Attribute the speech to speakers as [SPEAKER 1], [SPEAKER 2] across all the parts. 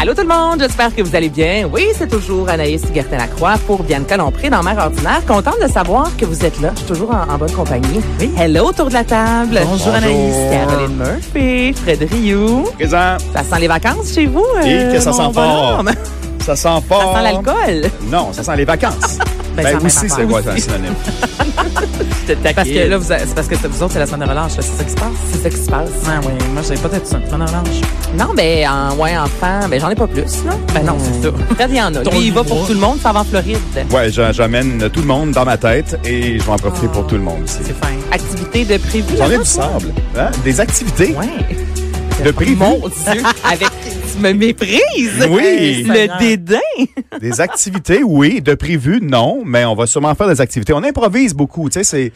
[SPEAKER 1] Allô tout le monde, j'espère que vous allez bien. Oui, c'est toujours Anaïs Gertin-Lacroix pour Bianca Lompré dans Mère Ordinaire. Contente de savoir que vous êtes là. Je suis toujours en, en bonne compagnie. Oui. Hello autour de la table.
[SPEAKER 2] Bonjour,
[SPEAKER 1] Anaïs.
[SPEAKER 2] Bonjour.
[SPEAKER 1] Caroline Murphy, Fred Rioux.
[SPEAKER 2] Présent.
[SPEAKER 1] Ça sent les vacances chez vous? euh,
[SPEAKER 2] Et que ça
[SPEAKER 1] mon
[SPEAKER 2] sent fort.
[SPEAKER 1] bonhomme?
[SPEAKER 2] Ça sent
[SPEAKER 1] Ça
[SPEAKER 2] fort.
[SPEAKER 1] sent l'alcool.
[SPEAKER 2] Non, ça sent les vacances.
[SPEAKER 1] Ben, c'est la
[SPEAKER 2] aussi,
[SPEAKER 1] même
[SPEAKER 2] c'est
[SPEAKER 1] affaire.
[SPEAKER 2] ouais, c'est un synonyme.
[SPEAKER 1] Parce que là, vous, avez- c'est parce que c'est- vous autres, c'est la semaine de relâche. C'est ça qui se passe? C'est ça qui se passe.
[SPEAKER 3] Ah oui, moi j'ai peut-être ça. Mon orange.
[SPEAKER 1] Non, ben, en, ouais, enfant, ben, j'en ai pas plus, là. Ben, non, c'est ça.
[SPEAKER 2] Hmm.
[SPEAKER 1] Fred, il y en a.
[SPEAKER 3] Ton
[SPEAKER 1] Lui, il va pour
[SPEAKER 3] livre.
[SPEAKER 1] tout le monde, ça va en Floride.
[SPEAKER 2] Ouais, j'a- j'amène tout le monde dans ma tête et je vais en profiter pour tout le monde ici.
[SPEAKER 3] C'est fin.
[SPEAKER 1] Activité de prévu.
[SPEAKER 2] J'en ai
[SPEAKER 1] là-bas,
[SPEAKER 2] du
[SPEAKER 1] toi?
[SPEAKER 2] sable. Hein? Des activités
[SPEAKER 1] Ouais.
[SPEAKER 2] de prix.
[SPEAKER 1] Mon Dieu, avec tu me méprises.
[SPEAKER 2] Oui.
[SPEAKER 1] Le
[SPEAKER 3] Seigneur.
[SPEAKER 1] dédain.
[SPEAKER 2] Des activités, oui. De prévu, non. Mais on va sûrement faire des activités. On improvise beaucoup. Tu sais, c'est.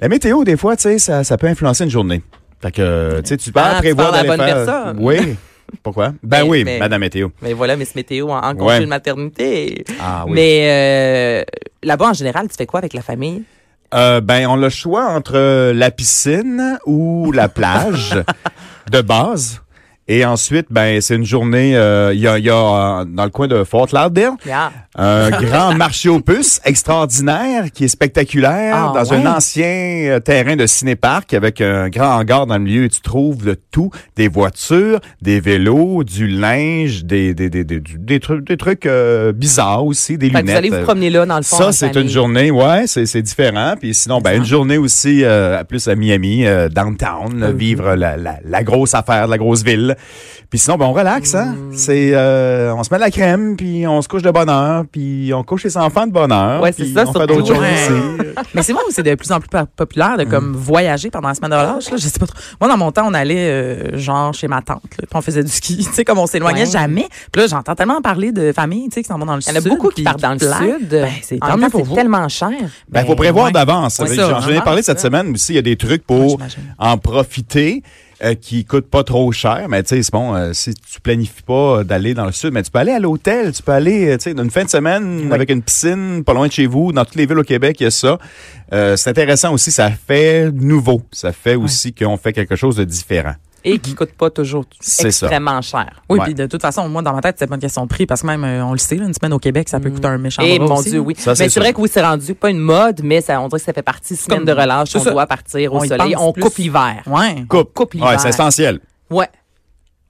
[SPEAKER 2] La météo, des fois, tu sais, ça, ça peut influencer une journée. Fait que, tu sais, tu peux
[SPEAKER 1] Ah, tu
[SPEAKER 2] prévoir
[SPEAKER 1] parles à la
[SPEAKER 2] d'aller
[SPEAKER 1] bonne
[SPEAKER 2] faire-
[SPEAKER 1] personne.
[SPEAKER 2] Oui. Pourquoi? Ben
[SPEAKER 1] Mais-
[SPEAKER 2] oui,
[SPEAKER 1] mais-
[SPEAKER 2] Madame Météo.
[SPEAKER 1] Mais voilà, Miss Météo en, en congé
[SPEAKER 2] Ouais.
[SPEAKER 1] de maternité.
[SPEAKER 2] Ah oui.
[SPEAKER 1] Mais euh, là-bas, en général, tu fais quoi avec la famille?
[SPEAKER 2] Euh, ben, on a le choix entre la piscine ou la plage de base. Et ensuite, ben, c'est une journée, euh, il y a, il y a, euh, dans le coin de Fort Lauderdale,
[SPEAKER 1] Ah.
[SPEAKER 2] un grand marché aux puces extraordinaire qui est spectaculaire
[SPEAKER 1] Ah,
[SPEAKER 2] dans
[SPEAKER 1] ouais?
[SPEAKER 2] un ancien euh, terrain de cinéparc avec un grand hangar dans le milieu et tu trouves de tout, des voitures, des vélos, du linge, des, des, des, des, du- des trucs, des trucs euh, bizarres aussi, des
[SPEAKER 1] Fait que
[SPEAKER 2] lunettes.
[SPEAKER 1] Ben,
[SPEAKER 2] euh,
[SPEAKER 1] vous allez vous promener là, dans le fond. en
[SPEAKER 2] Ça, c'est
[SPEAKER 1] famille.
[SPEAKER 2] une journée, ouais, c'est c'est différent. Puis sinon, ben, une journée aussi, euh, plus à Miami, euh, downtown,
[SPEAKER 1] Mm-hmm.
[SPEAKER 2] là, vivre la, la, la grosse affaire, la grosse ville. Puis sinon, ben, on relaxe, hein.
[SPEAKER 1] Mm.
[SPEAKER 2] C'est, euh, on se met de la crème, puis on se couche de bonne heure, puis on couche les enfants de bonne heure.
[SPEAKER 1] Ouais, c'est
[SPEAKER 2] puis
[SPEAKER 1] ça,
[SPEAKER 2] on fait
[SPEAKER 1] surtout, hein.
[SPEAKER 2] d'autres choses
[SPEAKER 3] ouais.
[SPEAKER 2] aussi.
[SPEAKER 3] Mais c'est vrai où c'est de plus en plus pa- populaire de comme
[SPEAKER 1] Mm.
[SPEAKER 3] voyager pendant la semaine de relâche. Là, je sais pas trop. Moi, dans mon temps, on allait euh, genre chez ma tante. là, puis on faisait du ski. Tu sais, comme on s'éloignait
[SPEAKER 1] Ouais.
[SPEAKER 3] jamais. Puis là, j'entends tellement parler de familles, tu sais, qui s'en vont dans le
[SPEAKER 1] Il
[SPEAKER 3] sud.
[SPEAKER 1] y en a beaucoup qui
[SPEAKER 3] puis
[SPEAKER 1] partent dans le
[SPEAKER 3] pleurent.
[SPEAKER 1] sud.
[SPEAKER 3] Ben, c'est
[SPEAKER 1] En
[SPEAKER 3] tant
[SPEAKER 1] même
[SPEAKER 3] mieux
[SPEAKER 1] temps,
[SPEAKER 3] pour
[SPEAKER 1] c'est
[SPEAKER 3] vous.
[SPEAKER 1] tellement cher.
[SPEAKER 2] Ben,
[SPEAKER 3] Ben,
[SPEAKER 2] faut prévoir
[SPEAKER 3] ouais.
[SPEAKER 2] d'avance. J'en
[SPEAKER 3] Ouais, ça,
[SPEAKER 2] j'en ai
[SPEAKER 3] vraiment,
[SPEAKER 2] parlé cette
[SPEAKER 3] ça.
[SPEAKER 2] semaine aussi. Il y a des trucs pour
[SPEAKER 3] Ouais, j'imagine.
[SPEAKER 2] en profiter euh, qui coûtent pas trop cher. Mais tu sais, c'est bon, euh, si tu planifies pas euh, d'aller dans le sud, mais tu peux aller à l'hôtel, tu peux aller, euh, tu sais, une fin de semaine avec une piscine pas loin de chez vous. Dans toutes les villes au Québec, il y a ça. Euh, c'est intéressant aussi. Ça fait nouveau. Ça fait aussi qu'on fait quelque chose de différent.
[SPEAKER 1] Et
[SPEAKER 3] Mhm.
[SPEAKER 1] qui coûte pas toujours
[SPEAKER 2] C'est ça.
[SPEAKER 1] extrêmement cher.
[SPEAKER 3] Oui,
[SPEAKER 2] Ouais.
[SPEAKER 3] puis de toute façon, moi, dans ma tête, c'est pas une question de prix parce que même, euh, on le sait, là, une semaine au Québec, ça peut coûter un méchant
[SPEAKER 1] Et Mm.
[SPEAKER 3] bras
[SPEAKER 1] Eh, mon
[SPEAKER 3] aussi.
[SPEAKER 1] Dieu, oui.
[SPEAKER 2] Ça, c'est
[SPEAKER 1] mais c'est
[SPEAKER 2] sûr.
[SPEAKER 1] vrai que oui, c'est rendu pas une mode, mais ça, on dirait que ça fait partie semaine
[SPEAKER 3] Comme-
[SPEAKER 1] de relâche.
[SPEAKER 3] c'est
[SPEAKER 1] On
[SPEAKER 3] ça.
[SPEAKER 1] doit partir au
[SPEAKER 3] On y
[SPEAKER 1] soleil.
[SPEAKER 3] pense
[SPEAKER 1] On
[SPEAKER 3] plus.
[SPEAKER 1] coupe l'hiver.
[SPEAKER 3] Ouais.
[SPEAKER 2] Coupe.
[SPEAKER 1] Coupe l'hiver.
[SPEAKER 2] Ouais, c'est essentiel.
[SPEAKER 1] Ouais.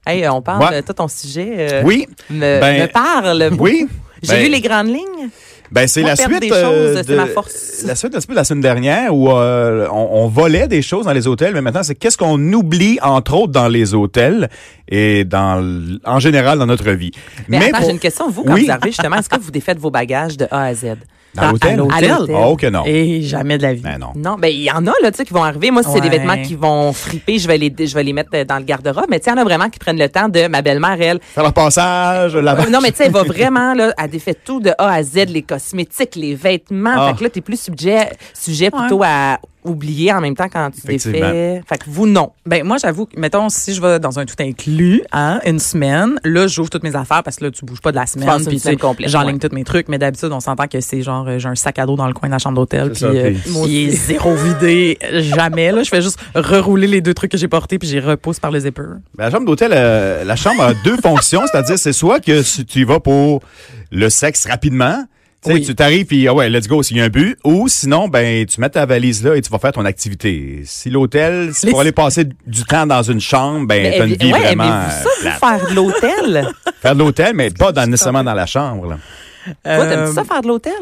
[SPEAKER 1] Hey, euh, on parle
[SPEAKER 2] Ouais.
[SPEAKER 1] de tout ton sujet. euh,
[SPEAKER 2] Oui.
[SPEAKER 1] Me,
[SPEAKER 2] Ben,
[SPEAKER 1] me parle.
[SPEAKER 2] Oui.
[SPEAKER 1] J'ai
[SPEAKER 2] Ben,
[SPEAKER 1] lu les grandes lignes.
[SPEAKER 2] Ben, c'est
[SPEAKER 1] Moi,
[SPEAKER 2] la
[SPEAKER 1] perdre
[SPEAKER 2] suite. euh,
[SPEAKER 1] des choses, c'est ma force.
[SPEAKER 2] La suite un petit peu de la semaine dernière où euh, on, on volait des choses dans les hôtels, mais maintenant, c'est qu'est-ce qu'on oublie, entre autres, dans les hôtels et dans, l- en général dans notre vie.
[SPEAKER 1] Mais, attends,
[SPEAKER 2] pour-
[SPEAKER 1] j'ai une question. Vous, quand
[SPEAKER 2] Oui.
[SPEAKER 1] vous arrivez, justement, est-ce que vous défaites vos bagages de A à Z?
[SPEAKER 2] Dans
[SPEAKER 3] À
[SPEAKER 2] l'hôtel?
[SPEAKER 3] l'hôtel.
[SPEAKER 1] À l'hôtel.
[SPEAKER 2] Oh, que non.
[SPEAKER 3] Et jamais de la vie.
[SPEAKER 2] Ben non.
[SPEAKER 1] Non, ben il y en a là, tu sais, qui vont arriver. Moi, si c'est des
[SPEAKER 3] Ouais.
[SPEAKER 1] vêtements qui vont friper, je vais les, je vais les mettre euh, dans le garde-robe. Mais tu sais, il y en a vraiment qui prennent le temps de ma belle-mère, elle.
[SPEAKER 2] Ça va passage,
[SPEAKER 1] Euh,
[SPEAKER 2] lavage.
[SPEAKER 1] Non, mais tu sais, elle va vraiment, là, elle défait tout de A à Z, les cosmétiques, les vêtements.
[SPEAKER 2] Ah.
[SPEAKER 1] Fait que là, t'es plus sujet, sujet
[SPEAKER 3] Ouais.
[SPEAKER 1] plutôt à oublier en même temps quand tu
[SPEAKER 2] Effectivement.
[SPEAKER 1] défais. Fait que vous, non.
[SPEAKER 3] Ben moi j'avoue que mettons si je vais dans un tout inclus hein, une semaine, là j'ouvre toutes mes affaires parce que là tu bouges pas de la semaine
[SPEAKER 1] passes une
[SPEAKER 3] puis tu
[SPEAKER 1] semaine
[SPEAKER 3] sais,
[SPEAKER 1] complète,
[SPEAKER 3] j'enligne
[SPEAKER 1] ouais.
[SPEAKER 3] tous mes trucs mais d'habitude on s'entend que c'est genre euh, j'ai un sac à dos dans le coin de la chambre d'hôtel puis
[SPEAKER 2] C'est ça,
[SPEAKER 3] euh,
[SPEAKER 2] puis-
[SPEAKER 1] Moi
[SPEAKER 3] il est
[SPEAKER 1] aussi.
[SPEAKER 3] zéro vidé euh, jamais là, je fais juste rerouler les deux trucs que j'ai portés puis j'y repousse par le zipper.
[SPEAKER 2] Ben, La chambre d'hôtel, euh, la chambre a deux fonctions, c'est-à-dire c'est soit que si tu y vas pour le sexe rapidement, tu sais,
[SPEAKER 3] Oui.
[SPEAKER 2] tu t'arrives puis ah ouais, let's go s'il y a un but, ou sinon ben tu mets ta valise là et tu vas faire ton activité. Si l'hôtel, si
[SPEAKER 3] Les-
[SPEAKER 2] pour aller passer du temps dans une chambre, ben t'as
[SPEAKER 1] elle-
[SPEAKER 2] une vie
[SPEAKER 1] ouais,
[SPEAKER 2] vraiment
[SPEAKER 1] aimez-vous ça,
[SPEAKER 2] euh,
[SPEAKER 1] vous,
[SPEAKER 2] plate.
[SPEAKER 1] faire de l'hôtel?
[SPEAKER 2] Euh, faire de l'ôtel mais pas dans- nécessairement dans la chambre. là.
[SPEAKER 1] Toi, t'aimes ça faire de l'hôtel?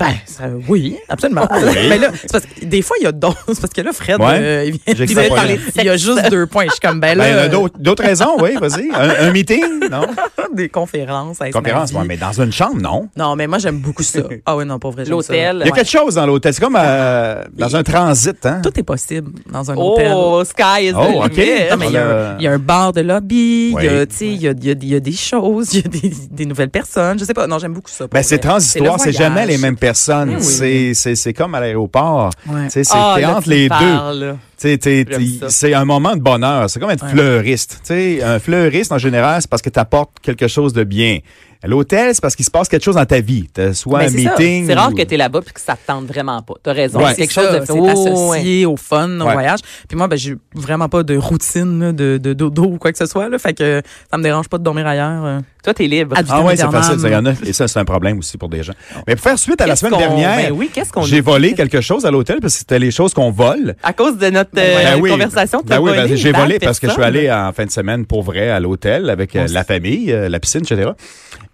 [SPEAKER 3] Euh, Ben, ça- oui, absolument.
[SPEAKER 1] Ah
[SPEAKER 3] Mais là, c'est parce que des fois, il y a d'autres. C'est parce que là, Fred,
[SPEAKER 2] Ouais.
[SPEAKER 3] euh, il vient
[SPEAKER 2] J'extrapole.
[SPEAKER 3] de parler. Il y a juste deux points. Je suis comme, ben là,
[SPEAKER 2] Ben, il y en a d'autres- d'autres raisons, oui, vas-y. Un, un meeting, non?
[SPEAKER 3] des conférences. à
[SPEAKER 2] Conférence,
[SPEAKER 3] Esnavi.
[SPEAKER 2] ouais, mais dans une chambre, non.
[SPEAKER 3] Non, mais moi, j'aime beaucoup ça. Ah oui, non, pas vrai. j'aime
[SPEAKER 1] L'hôtel.
[SPEAKER 2] Il y a quelque chose dans l'hôtel. C'est comme euh, dans un transit, hein?
[SPEAKER 3] ça. Tout est possible dans un hôtel.
[SPEAKER 1] Oh, sky is the
[SPEAKER 2] Oh, OK.
[SPEAKER 1] limit.
[SPEAKER 3] Non, mais il y, a
[SPEAKER 2] Voilà.
[SPEAKER 3] un- il y a un bar de lobby, il y
[SPEAKER 2] Oui.
[SPEAKER 3] a, tu sais, il y a, il y a- il y a des choses, il y a des, des nouvelles personnes. Je sais pas. Non, j'aime beaucoup ça. pour
[SPEAKER 2] Ben, c'est
[SPEAKER 3] vrai. le
[SPEAKER 2] transitoire, c'est jamais
[SPEAKER 3] voyage.
[SPEAKER 2] les mêmes personnes.
[SPEAKER 3] Eh oui.
[SPEAKER 2] C'est- C'est c'est comme à l'aéroport.
[SPEAKER 3] Ouais.
[SPEAKER 2] Tu sais, C'est
[SPEAKER 1] Ah,
[SPEAKER 2] t'es
[SPEAKER 1] là,
[SPEAKER 2] entre
[SPEAKER 1] tu
[SPEAKER 2] les deux.
[SPEAKER 1] parles.
[SPEAKER 2] Tu sais, t'es-
[SPEAKER 1] J'aime
[SPEAKER 2] t'es-
[SPEAKER 1] ça.
[SPEAKER 2] C'est un moment de bonheur. C'est comme être fleuriste. Tu sais, un fleuriste, en général, c'est parce que tu apportes quelque chose de bien. À L'hôtel, c'est parce qu'il se passe quelque chose dans ta vie. T'as
[SPEAKER 3] Ben,
[SPEAKER 2] soit
[SPEAKER 1] Mais
[SPEAKER 2] un
[SPEAKER 1] c'est ça.
[SPEAKER 2] meeting.
[SPEAKER 1] C'est rare
[SPEAKER 2] ou-
[SPEAKER 1] que tu es là-bas puis que ça te tente vraiment pas. T'as raison.
[SPEAKER 2] Ouais.
[SPEAKER 1] C'est quelque
[SPEAKER 3] C'est
[SPEAKER 1] chose
[SPEAKER 3] ça,
[SPEAKER 1] de
[SPEAKER 3] c'est
[SPEAKER 1] Oh, ouais.
[SPEAKER 3] associé au fun, au
[SPEAKER 2] Ouais.
[SPEAKER 3] voyage. Puis moi, ben, j'ai vraiment pas de routine là, de, de dodo ou quoi que ce soit. Là, fait que ça me dérange pas de dormir ailleurs. euh.
[SPEAKER 1] Toi, t'es libre.
[SPEAKER 3] Ah, du-
[SPEAKER 2] Ah ouais, c'est
[SPEAKER 3] Évidemment,
[SPEAKER 2] facile. ça, il y en a. Et ça, c'est un problème aussi pour des gens.
[SPEAKER 3] Oh.
[SPEAKER 2] Mais pour faire suite à la
[SPEAKER 1] Qu'est-ce
[SPEAKER 2] semaine
[SPEAKER 1] qu'on-
[SPEAKER 2] dernière,
[SPEAKER 1] ben oui, qu'est-ce qu'on
[SPEAKER 2] j'ai
[SPEAKER 1] a-
[SPEAKER 2] volé quelque chose à l'hôtel parce que c'était les choses qu'on vole.
[SPEAKER 1] À cause de notre euh,
[SPEAKER 2] Ben oui.
[SPEAKER 1] conversation, t'as
[SPEAKER 2] Ben oui,
[SPEAKER 1] volé
[SPEAKER 2] ben, j'ai
[SPEAKER 1] par
[SPEAKER 2] volé parce que je suis
[SPEAKER 1] personne.
[SPEAKER 2] allé en fin de semaine pour vrai à l'hôtel avec euh, la famille, euh, la piscine, etc.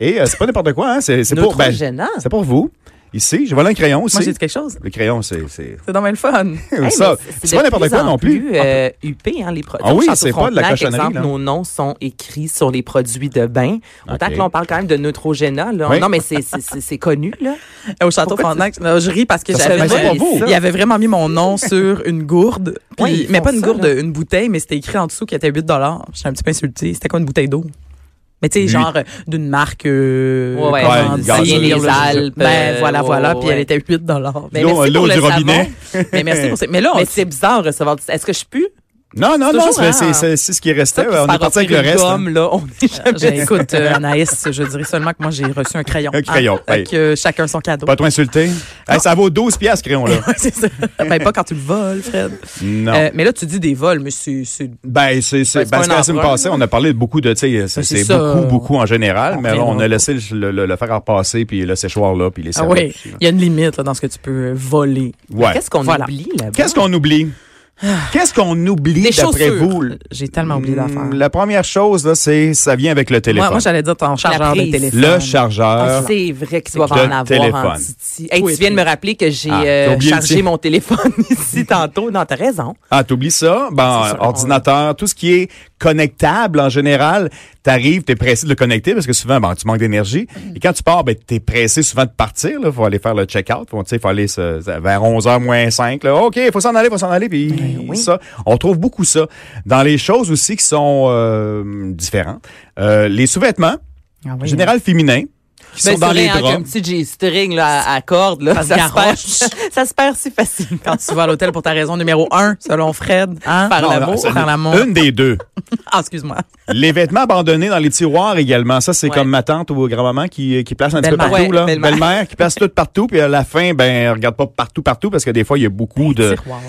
[SPEAKER 2] Et euh, c'est pas n'importe quoi, hein, c'est c'est pour ben,
[SPEAKER 1] Neutrogénant.
[SPEAKER 2] c'est pour vous. Ici, j'ai volé un crayon aussi.
[SPEAKER 3] Moi, j'ai dit quelque chose.
[SPEAKER 2] le crayon, c'est c'est
[SPEAKER 3] C'est dans le fun.
[SPEAKER 1] Hey,
[SPEAKER 2] ça.
[SPEAKER 1] mais
[SPEAKER 2] C'est pas
[SPEAKER 1] de
[SPEAKER 2] n'importe
[SPEAKER 1] plus
[SPEAKER 2] quoi
[SPEAKER 1] en
[SPEAKER 2] non plus.
[SPEAKER 1] euh, huppé, hein, les produits.
[SPEAKER 2] Ah oui,
[SPEAKER 1] Château
[SPEAKER 2] c'est pas de la
[SPEAKER 1] Frontenac,
[SPEAKER 2] cochonnerie,
[SPEAKER 1] exemple,
[SPEAKER 2] là.
[SPEAKER 1] nos noms sont écrits sur les produits de bain. Autant
[SPEAKER 2] Ok.
[SPEAKER 1] que l'on parle quand même de Neutrogena. Là.
[SPEAKER 2] Oui.
[SPEAKER 1] Non, mais c'est- c'est c'est- c'est connu. Là.
[SPEAKER 3] Au château Frontenac, non, je ris parce que
[SPEAKER 2] Ça
[SPEAKER 3] j'avais.
[SPEAKER 2] serait bien pour vous.
[SPEAKER 3] Il y avait vraiment mis mon nom sur une gourde. Puis,
[SPEAKER 1] Ouais, ils
[SPEAKER 3] mais
[SPEAKER 1] font
[SPEAKER 3] pas une
[SPEAKER 1] ça,
[SPEAKER 3] gourde,
[SPEAKER 1] là.
[SPEAKER 3] une bouteille, mais c'était écrit en dessous qui était 8 J'étais un petit peu insultée. C'était quoi une bouteille d'eau? Mais tu sais,
[SPEAKER 2] Huit.
[SPEAKER 3] genre euh, d'une marque. Euh,
[SPEAKER 1] Ouais, ouais,
[SPEAKER 3] comment
[SPEAKER 2] une
[SPEAKER 3] dire,
[SPEAKER 2] gazeuse.
[SPEAKER 3] là,
[SPEAKER 2] Les
[SPEAKER 1] Alpes,
[SPEAKER 3] Ben
[SPEAKER 1] euh,
[SPEAKER 3] voilà, voilà.
[SPEAKER 1] ouais,
[SPEAKER 3] Puis elle
[SPEAKER 1] ouais.
[SPEAKER 3] était 8 Mais,
[SPEAKER 2] L'eau-
[SPEAKER 1] merci
[SPEAKER 2] l'eau
[SPEAKER 1] pour le
[SPEAKER 2] du
[SPEAKER 1] savon.
[SPEAKER 2] robinet.
[SPEAKER 3] mais merci pour ça. Mais là,
[SPEAKER 2] Ah,
[SPEAKER 3] on
[SPEAKER 1] Mais c'est bizarre de recevoir. du- Est-ce que je pue?
[SPEAKER 2] Non, non,
[SPEAKER 1] C'est
[SPEAKER 2] non,
[SPEAKER 1] toujours,
[SPEAKER 2] c'est
[SPEAKER 1] hein,
[SPEAKER 2] c'est- c'est- c'est ce qui restait.
[SPEAKER 1] Ça, puis
[SPEAKER 2] ouais, on
[SPEAKER 1] se
[SPEAKER 2] est
[SPEAKER 1] faire
[SPEAKER 2] parti avec le
[SPEAKER 1] offrir une
[SPEAKER 2] reste. hein.
[SPEAKER 1] gomme, là, on est jamais-
[SPEAKER 3] Ben, écoute, euh, Anaïs, je dirais seulement que moi, j'ai reçu un crayon.
[SPEAKER 2] Un crayon,
[SPEAKER 3] Ah, fait que, euh, chacun son cadeau.
[SPEAKER 2] hein. Pas trop insulté. Hey, ça vaut 12 piastres, ce
[SPEAKER 1] Euh,
[SPEAKER 2] crayon-là.
[SPEAKER 3] Ouais, c'est ça. Ben, pas quand tu le voles, Fred.
[SPEAKER 2] non.
[SPEAKER 3] Euh, mais là, tu dis des vols, mais c'est. c'est-
[SPEAKER 2] Ben, c'est, c'est,
[SPEAKER 1] Ben, c'est pas
[SPEAKER 2] parce que
[SPEAKER 1] un
[SPEAKER 2] la semaine
[SPEAKER 1] emprunt,
[SPEAKER 2] passée, on a parlé de beaucoup de, tu sais, c'est,
[SPEAKER 3] Ben, c'est
[SPEAKER 2] c'est
[SPEAKER 3] ça, Ah,
[SPEAKER 2] beaucoup,
[SPEAKER 3] on-
[SPEAKER 2] beaucoup en général,
[SPEAKER 3] on
[SPEAKER 2] mais là, on
[SPEAKER 3] reviendra
[SPEAKER 2] a laissé le, le, le- le fer à repasser, puis le séchoir là, puis les
[SPEAKER 3] Ah
[SPEAKER 2] serviettes.
[SPEAKER 3] oui, il y a une limite là, dans ce que tu peux euh, voler.
[SPEAKER 2] Ouais.
[SPEAKER 1] Qu'est-ce qu'on
[SPEAKER 3] Voilà.
[SPEAKER 1] oublie là-bas?
[SPEAKER 2] Qu'est-ce qu'on oublie? Qu'est-ce qu'on oublie
[SPEAKER 3] Ah. Des
[SPEAKER 2] d'après
[SPEAKER 3] chaussures.
[SPEAKER 2] vous?
[SPEAKER 3] J'ai tellement oublié d'affaires.
[SPEAKER 2] Mm, La première chose, là, c'est ça vient avec le téléphone.
[SPEAKER 3] Moi, moi, j'allais dire ton chargeur de
[SPEAKER 1] prise.
[SPEAKER 3] téléphone.
[SPEAKER 2] le
[SPEAKER 3] Ah,
[SPEAKER 2] chargeur.
[SPEAKER 1] C'est vrai qu'ils doivent
[SPEAKER 2] De
[SPEAKER 1] en avoir en
[SPEAKER 2] téléphone.
[SPEAKER 1] Titi. Hey, tu
[SPEAKER 3] Twitter.
[SPEAKER 1] viens de me rappeler que j'ai
[SPEAKER 2] Ah,
[SPEAKER 1] euh,
[SPEAKER 2] t'as oublié le
[SPEAKER 1] chargé
[SPEAKER 2] tien.
[SPEAKER 1] mon téléphone ici tantôt. Non, t'as raison.
[SPEAKER 2] Ah, t'oublies ça? Ben,
[SPEAKER 1] C'est sûr,
[SPEAKER 2] ordinateur, tout ce qui est connectable en général, t'arrives, t'es pressé de le connecter parce que souvent, ben, tu manques d'énergie.
[SPEAKER 1] Mm.
[SPEAKER 2] Et quand tu pars, ben, t'es pressé souvent de partir, là. Faut aller faire le check-out. Faut, tu sais, faut aller se- se- vers 11h moins 5, là. OK, faut s'en aller, faut s'en aller. Puis,
[SPEAKER 1] Ben
[SPEAKER 2] ça, on trouve beaucoup ça. Dans les choses aussi qui sont, euh, différentes, euh, les sous-vêtements,
[SPEAKER 3] Ah
[SPEAKER 2] en
[SPEAKER 3] oui,
[SPEAKER 2] général féminins, qui
[SPEAKER 1] hein. Ben,
[SPEAKER 2] sont dans
[SPEAKER 1] c'est
[SPEAKER 2] les
[SPEAKER 1] vrai, hein,
[SPEAKER 2] draps.
[SPEAKER 1] qu'un petit G-string là, à, à corde, là, ça,
[SPEAKER 3] Ça se
[SPEAKER 1] se perd,
[SPEAKER 3] garoche.
[SPEAKER 1] ça se perd si facilement.
[SPEAKER 3] Quand tu vas à l'hôtel pour ta raison numéro un, selon Fred, hein?
[SPEAKER 1] Par
[SPEAKER 3] Non,
[SPEAKER 1] l'amour.
[SPEAKER 3] non,
[SPEAKER 2] c'est-
[SPEAKER 3] Par l'amour.
[SPEAKER 2] Une des deux.
[SPEAKER 3] Ah, excuse-moi.
[SPEAKER 2] Les vêtements abandonnés dans les tiroirs également. Ça, c'est
[SPEAKER 1] Ouais.
[SPEAKER 2] comme ma tante ou grand-maman qui, euh, qui place un petit peu
[SPEAKER 3] Belle-mère.
[SPEAKER 2] partout.
[SPEAKER 1] Ouais,
[SPEAKER 2] là.
[SPEAKER 1] belle-mère.
[SPEAKER 2] Belle-mère qui place tout partout. Puis à la fin, ben, elle regarde pas partout, partout, parce que des fois, il y a beaucoup de,
[SPEAKER 3] Tiroir.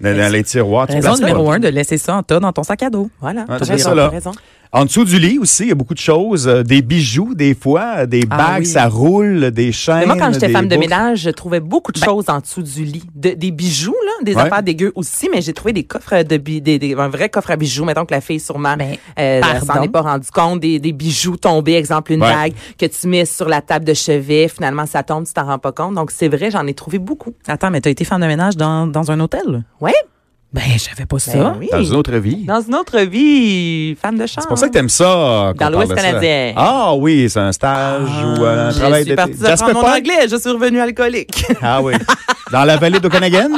[SPEAKER 2] dans, dans les tiroirs. tu
[SPEAKER 3] Raison
[SPEAKER 2] places pas.
[SPEAKER 3] numéro un de laisser ça en tas dans ton sac à dos.
[SPEAKER 1] Voilà,
[SPEAKER 2] Ah,
[SPEAKER 1] t'as
[SPEAKER 2] c'est
[SPEAKER 1] raison,
[SPEAKER 2] ça, là.
[SPEAKER 1] t'as raison.
[SPEAKER 2] En dessous du lit aussi, il y a beaucoup de choses. Euh, Des bijoux, des fois, des
[SPEAKER 3] Ah
[SPEAKER 2] bagues,
[SPEAKER 3] oui.
[SPEAKER 2] ça roule, des chaînes.
[SPEAKER 1] Mais moi, quand j'étais
[SPEAKER 2] des
[SPEAKER 1] femme de
[SPEAKER 2] boucles. Ben.
[SPEAKER 1] ménage, je trouvais beaucoup de choses en dessous du lit. De- des bijoux, là, des
[SPEAKER 2] Ouais.
[SPEAKER 1] affaires dégueu aussi, mais j'ai trouvé des coffres de bi- des, des- un vrai coffre à bijoux. Mettons que la fille, sûrement,
[SPEAKER 2] Ben,
[SPEAKER 3] Mais,
[SPEAKER 1] euh,
[SPEAKER 3] pardon.
[SPEAKER 1] s'en est pas rendu compte. Des, des bijoux tombés, exemple, une
[SPEAKER 2] Ouais.
[SPEAKER 1] bague que tu mets sur la table de chevet. Finalement, ça tombe, tu t'en rends pas compte. Donc, c'est vrai, j'en ai trouvé beaucoup.
[SPEAKER 3] Attends, mais t'as été femme de ménage dans, dans un hôtel?
[SPEAKER 1] Ouais.
[SPEAKER 3] Ben, je savais pas ça.
[SPEAKER 1] Ben oui.
[SPEAKER 2] Dans une autre vie.
[SPEAKER 1] Dans une autre vie, femme de chambre.
[SPEAKER 2] C'est pour ça que t'aimes ça. qu'on
[SPEAKER 1] Dans l'Ouest
[SPEAKER 2] parle de ça.
[SPEAKER 1] canadien. Ah,
[SPEAKER 2] Ah oui, c'est un stage ou euh, un
[SPEAKER 1] je
[SPEAKER 2] travail
[SPEAKER 1] suis
[SPEAKER 2] d'été.
[SPEAKER 1] partie de
[SPEAKER 2] Jasper
[SPEAKER 1] prendre mon
[SPEAKER 2] Park?
[SPEAKER 1] anglais, je suis revenue alcoolique
[SPEAKER 2] Ah oui. Dans la vallée d'Okanagan?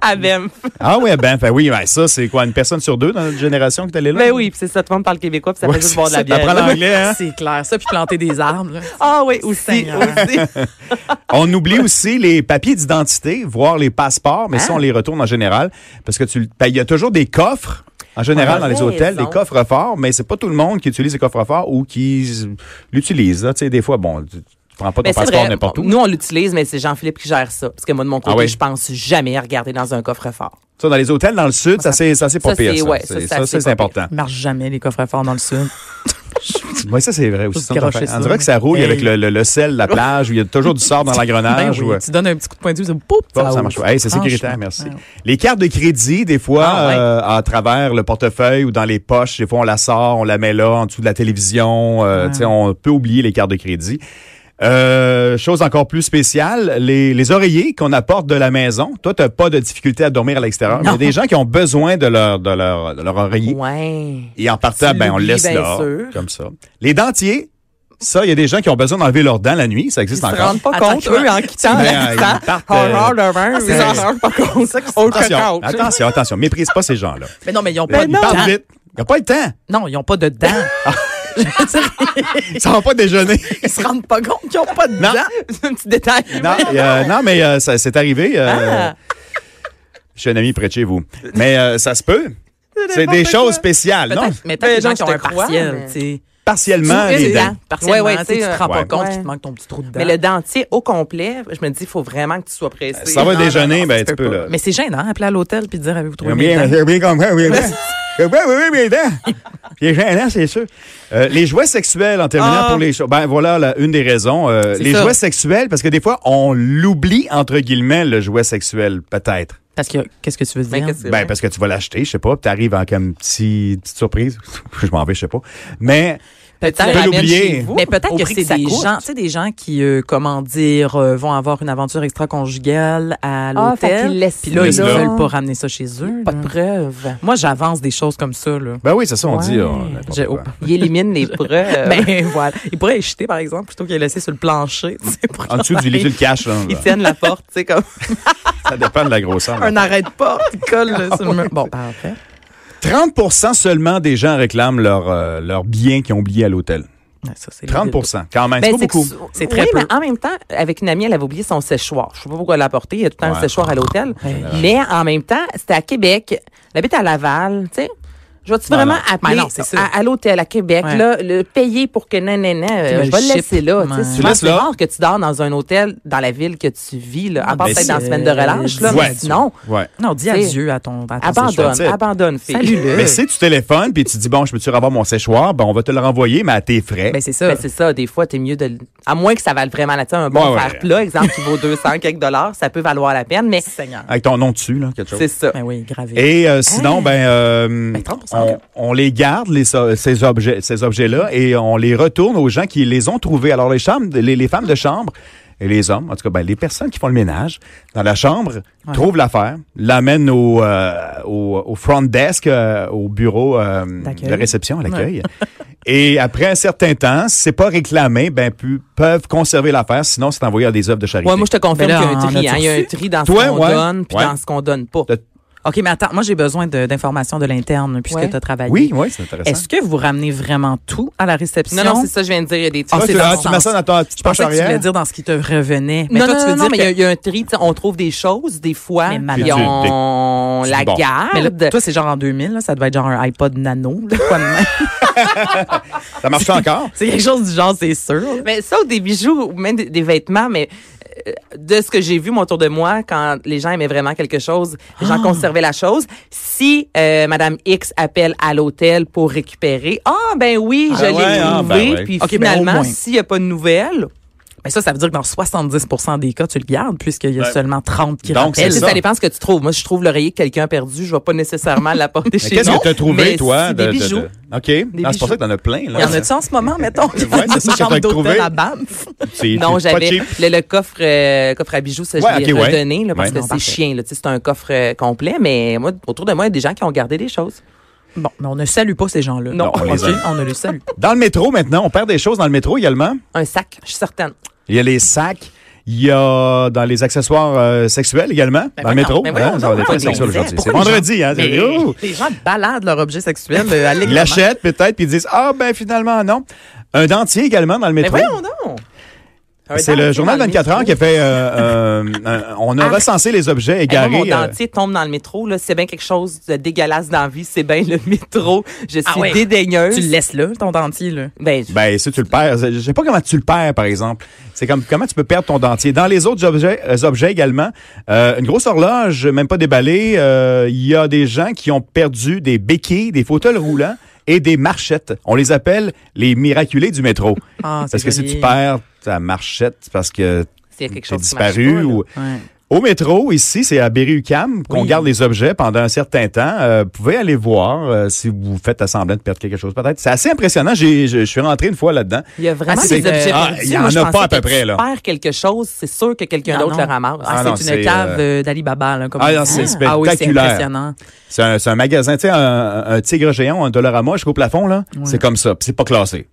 [SPEAKER 1] à Banff.
[SPEAKER 2] Ah oui, ben, ben oui, ben ça, c'est quoi, une personne sur deux dans notre génération qui est allée là?
[SPEAKER 1] Ben oui, puis c'est ça, tout le monde parle québécois, puis ça
[SPEAKER 2] Ouais,
[SPEAKER 1] fait juste boire de la
[SPEAKER 2] c'est ça,
[SPEAKER 1] bière.
[SPEAKER 2] t'apprends l'anglais, hein?
[SPEAKER 3] C'est clair, ça, puis planter des arbres. là.
[SPEAKER 1] Ah oui, aussi,
[SPEAKER 3] Seigneur.
[SPEAKER 1] aussi.
[SPEAKER 2] On oublie aussi les papiers d'identité, voire les passeports, mais ça,
[SPEAKER 1] Hein?
[SPEAKER 2] on les retourne en général. Parce que tu, le- ben, il y a toujours des coffres. En général,
[SPEAKER 1] Ouais,
[SPEAKER 2] dans les
[SPEAKER 1] raison.
[SPEAKER 2] hôtels, des coffres forts, mais c'est pas tout le monde qui utilise les coffres forts ou qui s- l'utilise. là. Tu sais, des fois, bon, tu, tu prends
[SPEAKER 1] Mais
[SPEAKER 2] pas ton
[SPEAKER 1] Ben, c'est
[SPEAKER 2] passeport
[SPEAKER 1] vrai,
[SPEAKER 2] n'importe où.
[SPEAKER 1] Nous, on l'utilise, mais c'est Jean-Philippe qui gère ça. Parce que moi, de mon côté,
[SPEAKER 2] Ah ouais?
[SPEAKER 1] je pense jamais à regarder dans un coffre-fort.
[SPEAKER 2] Ça, dans les hôtels, dans le sud, ça, c'est, ça, c'est pas
[SPEAKER 1] ça,
[SPEAKER 2] pire.
[SPEAKER 1] c'est-
[SPEAKER 2] ça.
[SPEAKER 1] ouais, ça,
[SPEAKER 2] C'est-
[SPEAKER 1] c'est
[SPEAKER 2] ça,
[SPEAKER 1] assez pas
[SPEAKER 2] c'est,
[SPEAKER 1] pire.
[SPEAKER 2] important.
[SPEAKER 3] Ils marchent jamais, les coffres forts dans le sud.
[SPEAKER 2] Oui, ça, c'est vrai aussi.
[SPEAKER 3] Juste
[SPEAKER 2] c'est une affaire.
[SPEAKER 3] garocher ça.
[SPEAKER 2] On dirait que ça rouille
[SPEAKER 3] Hey.
[SPEAKER 2] avec le, le- le sel, de la plage, où il y a toujours du sort dans
[SPEAKER 3] Ben
[SPEAKER 2] l'engrenage.
[SPEAKER 3] oui,
[SPEAKER 2] ou-
[SPEAKER 3] Tu donnes un petit coup de poing de vue, ça, poup,
[SPEAKER 2] Bon, ça
[SPEAKER 3] ouvre.
[SPEAKER 2] marche pas. Hey, c'est sécuritaire,
[SPEAKER 3] Franchement.
[SPEAKER 2] merci.
[SPEAKER 3] Ah Ouais.
[SPEAKER 2] Les cartes de crédit, des fois,
[SPEAKER 3] Ah, ouais.
[SPEAKER 2] euh, à travers le portefeuille ou dans les poches,
[SPEAKER 3] Ah
[SPEAKER 2] des fois, on la sort, on la met là, en dessous de la télévision. euh, tu sais, On peut oublier les cartes de crédit. Euh, chose encore plus spéciale, les, les oreillers qu'on apporte de la maison. Toi, t'as pas de difficulté à dormir à l'extérieur. mais Il y a des gens qui ont besoin de leur, de leur, de leur oreiller.
[SPEAKER 1] Ouais.
[SPEAKER 2] Et en partant,
[SPEAKER 3] Tu
[SPEAKER 2] ben, on le
[SPEAKER 3] l'oublies,
[SPEAKER 2] laisse
[SPEAKER 3] bien
[SPEAKER 2] là.
[SPEAKER 3] sûr.
[SPEAKER 2] Comme ça. Les dentiers. Ça, il y a des gens qui ont besoin d'enlever leurs dents la nuit. Ça
[SPEAKER 1] Ils
[SPEAKER 2] existe
[SPEAKER 1] se
[SPEAKER 2] encore.
[SPEAKER 1] rendent pas
[SPEAKER 3] Attends
[SPEAKER 1] compte,
[SPEAKER 3] qu'ils vont-
[SPEAKER 1] eux, en quittant
[SPEAKER 2] Ben,
[SPEAKER 1] l'accident.
[SPEAKER 2] ils partent,
[SPEAKER 1] Horreur
[SPEAKER 3] Ah,
[SPEAKER 2] euh,
[SPEAKER 1] de vin, ils s'en
[SPEAKER 2] c'est-
[SPEAKER 1] rendent pas compte. Au
[SPEAKER 2] Attention,
[SPEAKER 1] cocotte.
[SPEAKER 2] attention, attention. Méprise pas ces gens-là.
[SPEAKER 3] Mais non, mais ils n'ont pas
[SPEAKER 1] Ben
[SPEAKER 2] Ils
[SPEAKER 3] de dents.
[SPEAKER 2] parlent vite. Ils n'ont pas le temps.
[SPEAKER 3] Non, ils n'ont pas de dents.
[SPEAKER 2] Ils ne pas déjeuner.
[SPEAKER 3] Ils se rendent pas compte qu'ils n'ont pas de
[SPEAKER 2] Non.
[SPEAKER 3] dents. C'est un petit détail.
[SPEAKER 2] Non, euh, non, mais euh, ça- c'est arrivé. euh,
[SPEAKER 1] Ah.
[SPEAKER 2] Je suis un ami près de chez vous. Mais euh, ça se peut. C'est des choses spéciales, non?
[SPEAKER 3] Peut-être- Mais peut-être
[SPEAKER 1] Mais
[SPEAKER 3] des gens
[SPEAKER 1] non,
[SPEAKER 3] qui ont
[SPEAKER 1] je te
[SPEAKER 3] un
[SPEAKER 1] crois,
[SPEAKER 3] partiel,
[SPEAKER 1] mais-
[SPEAKER 3] tu sais.
[SPEAKER 2] Partiellement,
[SPEAKER 1] Oui,
[SPEAKER 2] les
[SPEAKER 1] c'est
[SPEAKER 2] dents.
[SPEAKER 1] ça.
[SPEAKER 3] Partiellement,
[SPEAKER 1] Ouais, ouais,
[SPEAKER 3] tu sais,
[SPEAKER 1] c'est-
[SPEAKER 3] tu te rends
[SPEAKER 2] ouais.
[SPEAKER 3] pas compte
[SPEAKER 1] Ouais.
[SPEAKER 3] qu'il te manque ton petit trou de dents.
[SPEAKER 1] Mais le dentier au complet, je me dis, il faut vraiment que tu sois pressé.
[SPEAKER 2] Ça va
[SPEAKER 1] Non,
[SPEAKER 2] déjeuner,
[SPEAKER 1] non, non,
[SPEAKER 2] ben,
[SPEAKER 1] ça
[SPEAKER 2] tu
[SPEAKER 1] se peut
[SPEAKER 2] peux,
[SPEAKER 1] pas.
[SPEAKER 2] là.
[SPEAKER 3] Mais c'est gênant, hein, appeler à l'hôtel puis dire avez-vous trouvé
[SPEAKER 2] Bien,
[SPEAKER 3] mes
[SPEAKER 2] bien,
[SPEAKER 3] dents?
[SPEAKER 2] bien, bien compris, bien bien. Bien, oui, oui, mes dents. Bien, bien, bien, hein, c'est sûr. Euh, les jouets sexuels, en terminant
[SPEAKER 1] Ah.
[SPEAKER 2] pour les choses. Ben, voilà la- une des raisons. Euh, les
[SPEAKER 3] ça.
[SPEAKER 2] jouets sexuels, parce que des fois, on l'oublie, entre guillemets, le jouet sexuel, peut-être.
[SPEAKER 3] Parce que qu'est-ce que tu veux
[SPEAKER 1] Mais
[SPEAKER 3] dire?
[SPEAKER 1] qu'est-ce que c'est
[SPEAKER 2] Ben,
[SPEAKER 1] vrai?
[SPEAKER 2] parce que tu vas l'acheter, je sais pas, puis t'arrives en comme petit- petite surprise. je m'en vais, je sais pas. Mais,
[SPEAKER 1] Peut-être
[SPEAKER 2] peux
[SPEAKER 1] la mienne
[SPEAKER 2] l'oublier.
[SPEAKER 1] chez vous,
[SPEAKER 3] Mais peut-être
[SPEAKER 1] au
[SPEAKER 3] que
[SPEAKER 1] prix
[SPEAKER 3] c'est
[SPEAKER 1] ça
[SPEAKER 3] des
[SPEAKER 1] coûte.
[SPEAKER 3] gens, tu sais, des gens qui, euh, comment dire, euh, vont avoir une aventure extra-conjugale à
[SPEAKER 1] Ah, fait
[SPEAKER 3] l'hôtel.
[SPEAKER 1] qu'ils laissent
[SPEAKER 3] puis là,
[SPEAKER 2] ça
[SPEAKER 3] ils
[SPEAKER 2] là.
[SPEAKER 3] veulent pas ramener ça chez eux.
[SPEAKER 1] Pas
[SPEAKER 3] là.
[SPEAKER 1] de preuves.
[SPEAKER 3] Moi, j'avance des choses comme ça, là.
[SPEAKER 2] ben oui, c'est ça, on dit. on- n'importe
[SPEAKER 3] J'ai-
[SPEAKER 2] quoi.
[SPEAKER 3] oh.
[SPEAKER 1] Il élimine les preuves.
[SPEAKER 3] Ben voilà. Ils pourraient les jeter, par exemple, plutôt qu'ils les laisser sur le plancher. tu sais, pour
[SPEAKER 2] En dessous du lit, tu le caches, là.
[SPEAKER 1] ils tiennent la porte, tu sais, comme
[SPEAKER 2] Ça dépend de la grosseur.
[SPEAKER 3] un arrêt de porte, ils collent là, sur le mur. Bon, parfait.
[SPEAKER 2] 30 seulement des gens réclament leurs euh, leurs biens qu'ils ont oubliés à l'hôtel.
[SPEAKER 3] Ouais, ça, c'est
[SPEAKER 2] 30
[SPEAKER 3] le-
[SPEAKER 2] quand même.
[SPEAKER 1] Ben,
[SPEAKER 2] c'est pas
[SPEAKER 1] que
[SPEAKER 2] beaucoup.
[SPEAKER 1] sou-
[SPEAKER 3] C'est très
[SPEAKER 1] oui,
[SPEAKER 3] peu.
[SPEAKER 1] mais en même temps, avec une amie, elle avait oublié son séchoir. Je sais pas pourquoi elle l'a apporté. Il y a tout le temps
[SPEAKER 2] Ouais.
[SPEAKER 1] un séchoir à l'hôtel. Mais en même temps, c'était à Québec. Elle habite à Laval, tu sais. Je vais-tu
[SPEAKER 2] Non,
[SPEAKER 1] vraiment
[SPEAKER 2] non.
[SPEAKER 1] appeler
[SPEAKER 3] Ben non, c'est ça.
[SPEAKER 1] à, à l'hôtel à Québec,
[SPEAKER 3] Ouais.
[SPEAKER 1] là, le payer pour que non, non, non, euh,
[SPEAKER 3] me
[SPEAKER 1] je vais
[SPEAKER 3] le
[SPEAKER 1] le laisser
[SPEAKER 3] ship.
[SPEAKER 1] là.
[SPEAKER 3] Ouais.
[SPEAKER 1] tu sais.
[SPEAKER 3] Tu
[SPEAKER 1] Souvent,
[SPEAKER 2] laisses
[SPEAKER 1] c'est
[SPEAKER 2] là.
[SPEAKER 1] rare que tu dors dans un hôtel dans la ville que tu vis, là, à part
[SPEAKER 3] Mais
[SPEAKER 1] peut-être
[SPEAKER 3] c'est-
[SPEAKER 1] dans la semaine de relâche, là,
[SPEAKER 2] Ah, Ouais. Ah,
[SPEAKER 1] mais sinon,
[SPEAKER 2] Ouais.
[SPEAKER 3] Non, dis
[SPEAKER 1] Tu sais,
[SPEAKER 3] adieu à ton,
[SPEAKER 1] Ah,
[SPEAKER 3] à ton
[SPEAKER 1] abandonne,
[SPEAKER 2] chouette.
[SPEAKER 1] abandonne, fille.
[SPEAKER 3] Salut-le.
[SPEAKER 2] Mais si tu téléphones puis tu dis bon, je peux-tu avoir mon séchoir, ben on va te le renvoyer, mais à tes frais.
[SPEAKER 3] Ben, c'est ça.
[SPEAKER 1] Ben, c'est ça, des fois, t'es mieux de. le- À moins que ça vale vraiment la peine. Un bon
[SPEAKER 2] Ouais, ouais.
[SPEAKER 1] fer plat, exemple, qui vaut 200 quelques dollars, ça peut valoir la peine, mais
[SPEAKER 3] Seigneur.
[SPEAKER 2] Avec ton nom dessus, là, quelque chose.
[SPEAKER 1] c'est ça.
[SPEAKER 3] Ben oui, gravé.
[SPEAKER 2] Et euh, sinon, ben, euh,
[SPEAKER 3] 30%.
[SPEAKER 2] on, on les garde, les, so- ces objets, ces objets-là, et on les retourne aux gens qui les ont trouvés. Alors, les, chambres, les, les femmes de chambre et les hommes, en tout cas, ben, les personnes qui font le ménage dans la chambre, trouvent l'affaire, l'amènent au, euh, au, au front desk, euh, au bureau euh,
[SPEAKER 3] D'accueil.
[SPEAKER 2] de réception, à l'accueil. et après un certain temps, si c'est pas réclamé, ben, pu- peuvent conserver l'affaire, sinon c'est envoyé à des œuvres de charité.
[SPEAKER 1] Ouais, moi, je te confirme
[SPEAKER 3] Mais Ben là,
[SPEAKER 1] qu'il y a
[SPEAKER 3] en
[SPEAKER 1] un tri. hein.
[SPEAKER 3] as-tu
[SPEAKER 1] Il y a un
[SPEAKER 3] reçu?
[SPEAKER 1] tri dans
[SPEAKER 2] Toi,
[SPEAKER 1] ce qu'on
[SPEAKER 2] ouais.
[SPEAKER 1] donne puis
[SPEAKER 2] Ouais.
[SPEAKER 1] dans ce qu'on donne pas.
[SPEAKER 2] T'as-
[SPEAKER 3] OK, mais attends, moi, j'ai besoin de- d'informations de, l'interne puisque
[SPEAKER 1] Ouais.
[SPEAKER 3] tu as travaillé.
[SPEAKER 2] Oui, oui, c'est intéressant.
[SPEAKER 3] Est-ce que vous ramenez vraiment tout à la réception?
[SPEAKER 1] Non, non, c'est ça, je viens de dire. Il y a des tri.
[SPEAKER 3] Ah,
[SPEAKER 2] Toi,
[SPEAKER 3] c'est
[SPEAKER 2] tu,
[SPEAKER 3] dans
[SPEAKER 2] ah,
[SPEAKER 3] le
[SPEAKER 2] tu mets
[SPEAKER 3] sens.
[SPEAKER 2] ça dans ta petite
[SPEAKER 3] Je pensais
[SPEAKER 2] poche
[SPEAKER 3] que tu voulais
[SPEAKER 2] arrière.
[SPEAKER 3] dire dans ce qui te revenait.
[SPEAKER 1] Mais
[SPEAKER 3] Mais
[SPEAKER 1] non,
[SPEAKER 3] toi,
[SPEAKER 1] non,
[SPEAKER 3] tu veux
[SPEAKER 1] non,
[SPEAKER 3] dire
[SPEAKER 1] mais il
[SPEAKER 3] que-
[SPEAKER 1] y a- il y, a un tri. tu sais, On trouve des choses, des fois,
[SPEAKER 3] Mais
[SPEAKER 1] puis
[SPEAKER 3] malade.
[SPEAKER 1] on
[SPEAKER 2] Tu- tu-
[SPEAKER 1] la
[SPEAKER 2] bon.
[SPEAKER 3] Ah, Mais là,
[SPEAKER 1] garde.
[SPEAKER 3] toi, c'est genre en 2000, là, ça devait être genre un iPod nano. là, quoi de même.
[SPEAKER 2] Ça marche encore?
[SPEAKER 3] c'est quelque chose du genre, c'est sûr.
[SPEAKER 1] Mais ça, ou des bijoux, ou même des, des vêtements, mais euh, de ce que j'ai vu, mon autour de moi, quand les gens aimaient vraiment quelque chose, les
[SPEAKER 3] Ah!
[SPEAKER 1] gens conservaient la chose. Si euh, Madame X appelle à l'hôtel pour récupérer, ah ben oui,
[SPEAKER 2] Ah
[SPEAKER 1] je l'ai
[SPEAKER 2] ouais, ah, ben
[SPEAKER 1] trouvé.
[SPEAKER 2] ouais.
[SPEAKER 1] Puis
[SPEAKER 3] Ok, ben, au
[SPEAKER 1] finalement,
[SPEAKER 3] moins.
[SPEAKER 1] s'il n'y a pas de nouvelles,
[SPEAKER 3] Mais ça, ça veut dire que dans 70 des cas, tu le gardes puisqu'il y a
[SPEAKER 2] Ben,
[SPEAKER 3] seulement 30 qui
[SPEAKER 2] donc,
[SPEAKER 3] rappellent.
[SPEAKER 1] Tu sais,
[SPEAKER 2] c'est
[SPEAKER 1] ça. dépend ce que tu trouves. Moi, je trouve l'oreiller que quelqu'un a perdu. Je vais pas nécessairement l'apporter
[SPEAKER 2] Mais
[SPEAKER 1] chez
[SPEAKER 2] Qu'est-ce
[SPEAKER 1] nous.
[SPEAKER 2] que tu as trouvé,
[SPEAKER 1] Mais
[SPEAKER 2] toi?
[SPEAKER 1] si,
[SPEAKER 2] de-
[SPEAKER 1] des
[SPEAKER 2] de- de-
[SPEAKER 1] bijoux.
[SPEAKER 2] OK. Non, C'est pour
[SPEAKER 1] bijoux.
[SPEAKER 2] ça que t'en as plein. Là.
[SPEAKER 3] Il y en a-tu en ce moment, mettons? qui
[SPEAKER 2] Ouais, c'est ça que
[SPEAKER 3] dans
[SPEAKER 2] t'as
[SPEAKER 3] une chambre d'hôtel
[SPEAKER 2] trouvé.
[SPEAKER 3] à Banff?
[SPEAKER 2] C'est-
[SPEAKER 1] Non,
[SPEAKER 2] c'est pas
[SPEAKER 1] j'avais
[SPEAKER 2] cheap.
[SPEAKER 1] le, le coffre euh, coffre à bijoux, ça,
[SPEAKER 2] Ouais,
[SPEAKER 1] je l'ai
[SPEAKER 2] ok, ouais.
[SPEAKER 1] redonné là, parce
[SPEAKER 2] Ouais.
[SPEAKER 1] que
[SPEAKER 3] Non,
[SPEAKER 1] c'est
[SPEAKER 3] parfait.
[SPEAKER 1] chien. là. Tu sais, C'est un coffre euh, complet, mais moi, autour de moi, il y a des gens qui ont gardé des choses.
[SPEAKER 3] Bon, mais on ne salue pas ces gens-là.
[SPEAKER 1] Non. Non,
[SPEAKER 2] on les
[SPEAKER 3] OK,
[SPEAKER 2] aime.
[SPEAKER 3] on ne les salue.
[SPEAKER 2] Dans le métro, maintenant, on perd des choses dans le métro également.
[SPEAKER 1] Un sac, je suis certaine.
[SPEAKER 2] Il y a les sacs. Il y a dans les accessoires euh, sexuels également, dans le
[SPEAKER 3] voyons,
[SPEAKER 2] métro.
[SPEAKER 1] ben voyons,
[SPEAKER 2] Hein, ça va
[SPEAKER 1] non,
[SPEAKER 2] être très
[SPEAKER 1] non,
[SPEAKER 2] sexuel
[SPEAKER 1] mais
[SPEAKER 2] aujourd'hui. C'est
[SPEAKER 3] pourquoi les
[SPEAKER 2] vendredi, hein? c'est-
[SPEAKER 3] Mais
[SPEAKER 2] Oh!
[SPEAKER 3] les gens baladent leur objet sexuel euh, à
[SPEAKER 2] Ils
[SPEAKER 3] l'écran.
[SPEAKER 2] l'achètent peut-être, puis ils disent Ah, ben finalement, non. Un dentier également dans le
[SPEAKER 1] Mais
[SPEAKER 2] métro.
[SPEAKER 1] Ben voyons donc! Un
[SPEAKER 2] C'est
[SPEAKER 1] dentier
[SPEAKER 2] le journal
[SPEAKER 1] dans le
[SPEAKER 2] 24 heures qui a fait. euh, euh, un- on a recensé les objets
[SPEAKER 1] Hey, moi,
[SPEAKER 2] égarés.
[SPEAKER 1] Eh ben, mon
[SPEAKER 2] euh,
[SPEAKER 1] dentier tombe dans le métro. Là, c'est bien quelque chose de dégueulasse dans la vie. C'est bien le métro. Je suis
[SPEAKER 3] Ah ouais.
[SPEAKER 1] dédaigneuse.
[SPEAKER 3] Tu le laisses là, ton dentier, là.
[SPEAKER 1] Ben,
[SPEAKER 2] Ben, si tu le perds, je sais pas comment tu le perds, par exemple. C'est comme comment tu peux perdre ton dentier. Dans les autres objets, euh, objets également, euh, une grosse horloge, même pas déballée, euh, il y a des gens qui ont perdu des béquilles, des fauteuils roulants et des marchettes. On les appelle les miraculés du métro.
[SPEAKER 3] Ah, c'est
[SPEAKER 2] parce que si
[SPEAKER 3] joli.
[SPEAKER 2] tu perds ta marchette, c'est parce que
[SPEAKER 1] c'est quelque
[SPEAKER 2] t'es
[SPEAKER 1] chose qui marche
[SPEAKER 2] disparu
[SPEAKER 1] pas, là. Ah.
[SPEAKER 2] ou
[SPEAKER 3] Ouais.
[SPEAKER 2] Au métro, ici, c'est à Berry-UQAM qu'on
[SPEAKER 3] Oui.
[SPEAKER 2] garde les objets pendant un certain temps. Euh, vous pouvez aller voir euh, si vous faites semblant de perdre quelque chose, peut-être. C'est assez impressionnant. J'ai- je, je suis rentré une fois là-dedans.
[SPEAKER 3] Il y a vraiment
[SPEAKER 1] Ah, c'est
[SPEAKER 3] des
[SPEAKER 1] des-
[SPEAKER 3] objets
[SPEAKER 1] ah,
[SPEAKER 3] perdus.
[SPEAKER 2] il y en
[SPEAKER 3] Moi, je
[SPEAKER 2] a pas
[SPEAKER 3] pensais
[SPEAKER 2] à peu
[SPEAKER 3] que
[SPEAKER 2] près,
[SPEAKER 3] tu
[SPEAKER 2] là.
[SPEAKER 3] perds quelque chose, c'est sûr que quelqu'un
[SPEAKER 1] Ah,
[SPEAKER 3] d'autre le
[SPEAKER 1] non.
[SPEAKER 3] ramasse.
[SPEAKER 2] Ah,
[SPEAKER 3] c'est
[SPEAKER 2] non,
[SPEAKER 3] une
[SPEAKER 2] c'est,
[SPEAKER 3] cave
[SPEAKER 2] euh,
[SPEAKER 3] euh, d'Ali Baba, là, comme
[SPEAKER 2] Ah,
[SPEAKER 3] on
[SPEAKER 2] non,
[SPEAKER 3] dit.
[SPEAKER 2] c'est
[SPEAKER 3] Ah oui, c'est
[SPEAKER 2] spectaculaire.
[SPEAKER 3] impressionnant.
[SPEAKER 2] C'est un, c'est un magasin, tu sais, un, un tigre géant, un Dollarama jusqu'au plafond, là. C'est comme ça. Puis C'est pas classé.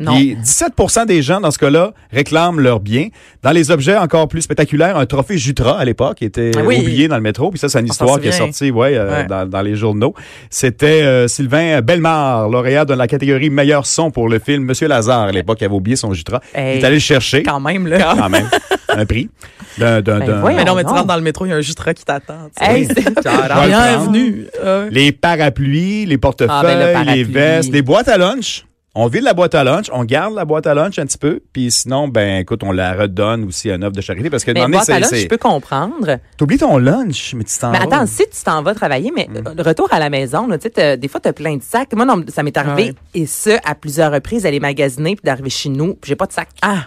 [SPEAKER 3] Non.
[SPEAKER 2] Puis 17 des gens, dans ce cas-là, réclament leurs biens. Dans les objets encore plus spectaculaires, un trophée Jutra, à l'époque, qui était
[SPEAKER 3] Ah oui.
[SPEAKER 2] oublié dans le métro. Puis ça, c'est une
[SPEAKER 3] On s'en
[SPEAKER 2] histoire qui est
[SPEAKER 3] souvient.
[SPEAKER 2] sortie ouais, euh,
[SPEAKER 3] Ouais.
[SPEAKER 2] Dans, dans les journaux. C'était euh, Sylvain Bellemare, lauréat de la catégorie meilleur son pour le film Monsieur Lazare, à l'époque, qui avait oublié son Jutra.
[SPEAKER 3] Hey.
[SPEAKER 2] Il est allé le chercher,
[SPEAKER 3] Quand même, là.
[SPEAKER 2] quand même, un prix. D'un, d'un,
[SPEAKER 1] Ben
[SPEAKER 2] d'un-
[SPEAKER 1] voyons.
[SPEAKER 3] Mais Ah, non, mais tu
[SPEAKER 1] Non.
[SPEAKER 3] rentres dans le métro, il y a un justra qui t'attend. tu sais.
[SPEAKER 1] Hey, c'est-
[SPEAKER 2] Je vais le prendre.
[SPEAKER 3] Bienvenue. Euh,
[SPEAKER 2] Les parapluies, les portefeuilles,
[SPEAKER 1] Ah, ben, le
[SPEAKER 2] les
[SPEAKER 1] parapluie.
[SPEAKER 2] vestes, les boîtes à lunch. On vide la boîte à lunch, on garde la boîte à lunch un petit peu, puis sinon, ben écoute, on la redonne aussi à une offre de charité parce que
[SPEAKER 1] Mais
[SPEAKER 2] dans
[SPEAKER 1] Ben, boîte à
[SPEAKER 2] c'est.
[SPEAKER 1] lunch, je
[SPEAKER 2] c'est- Ah,
[SPEAKER 1] peux comprendre.
[SPEAKER 2] T'oublies ton lunch, mais tu t'en
[SPEAKER 1] Mais
[SPEAKER 2] vas.
[SPEAKER 1] attends, si tu t'en vas travailler, mais
[SPEAKER 2] Mm.
[SPEAKER 1] euh, retour à la maison, là, tu sais, t'as- des fois, t'as plein de sacs. Moi, non, ça m'est arrivé,
[SPEAKER 3] Ouais.
[SPEAKER 1] et ce, à plusieurs reprises, d'aller magasiner, puis d'arriver chez nous, puis j'ai pas de sac.
[SPEAKER 3] Ah,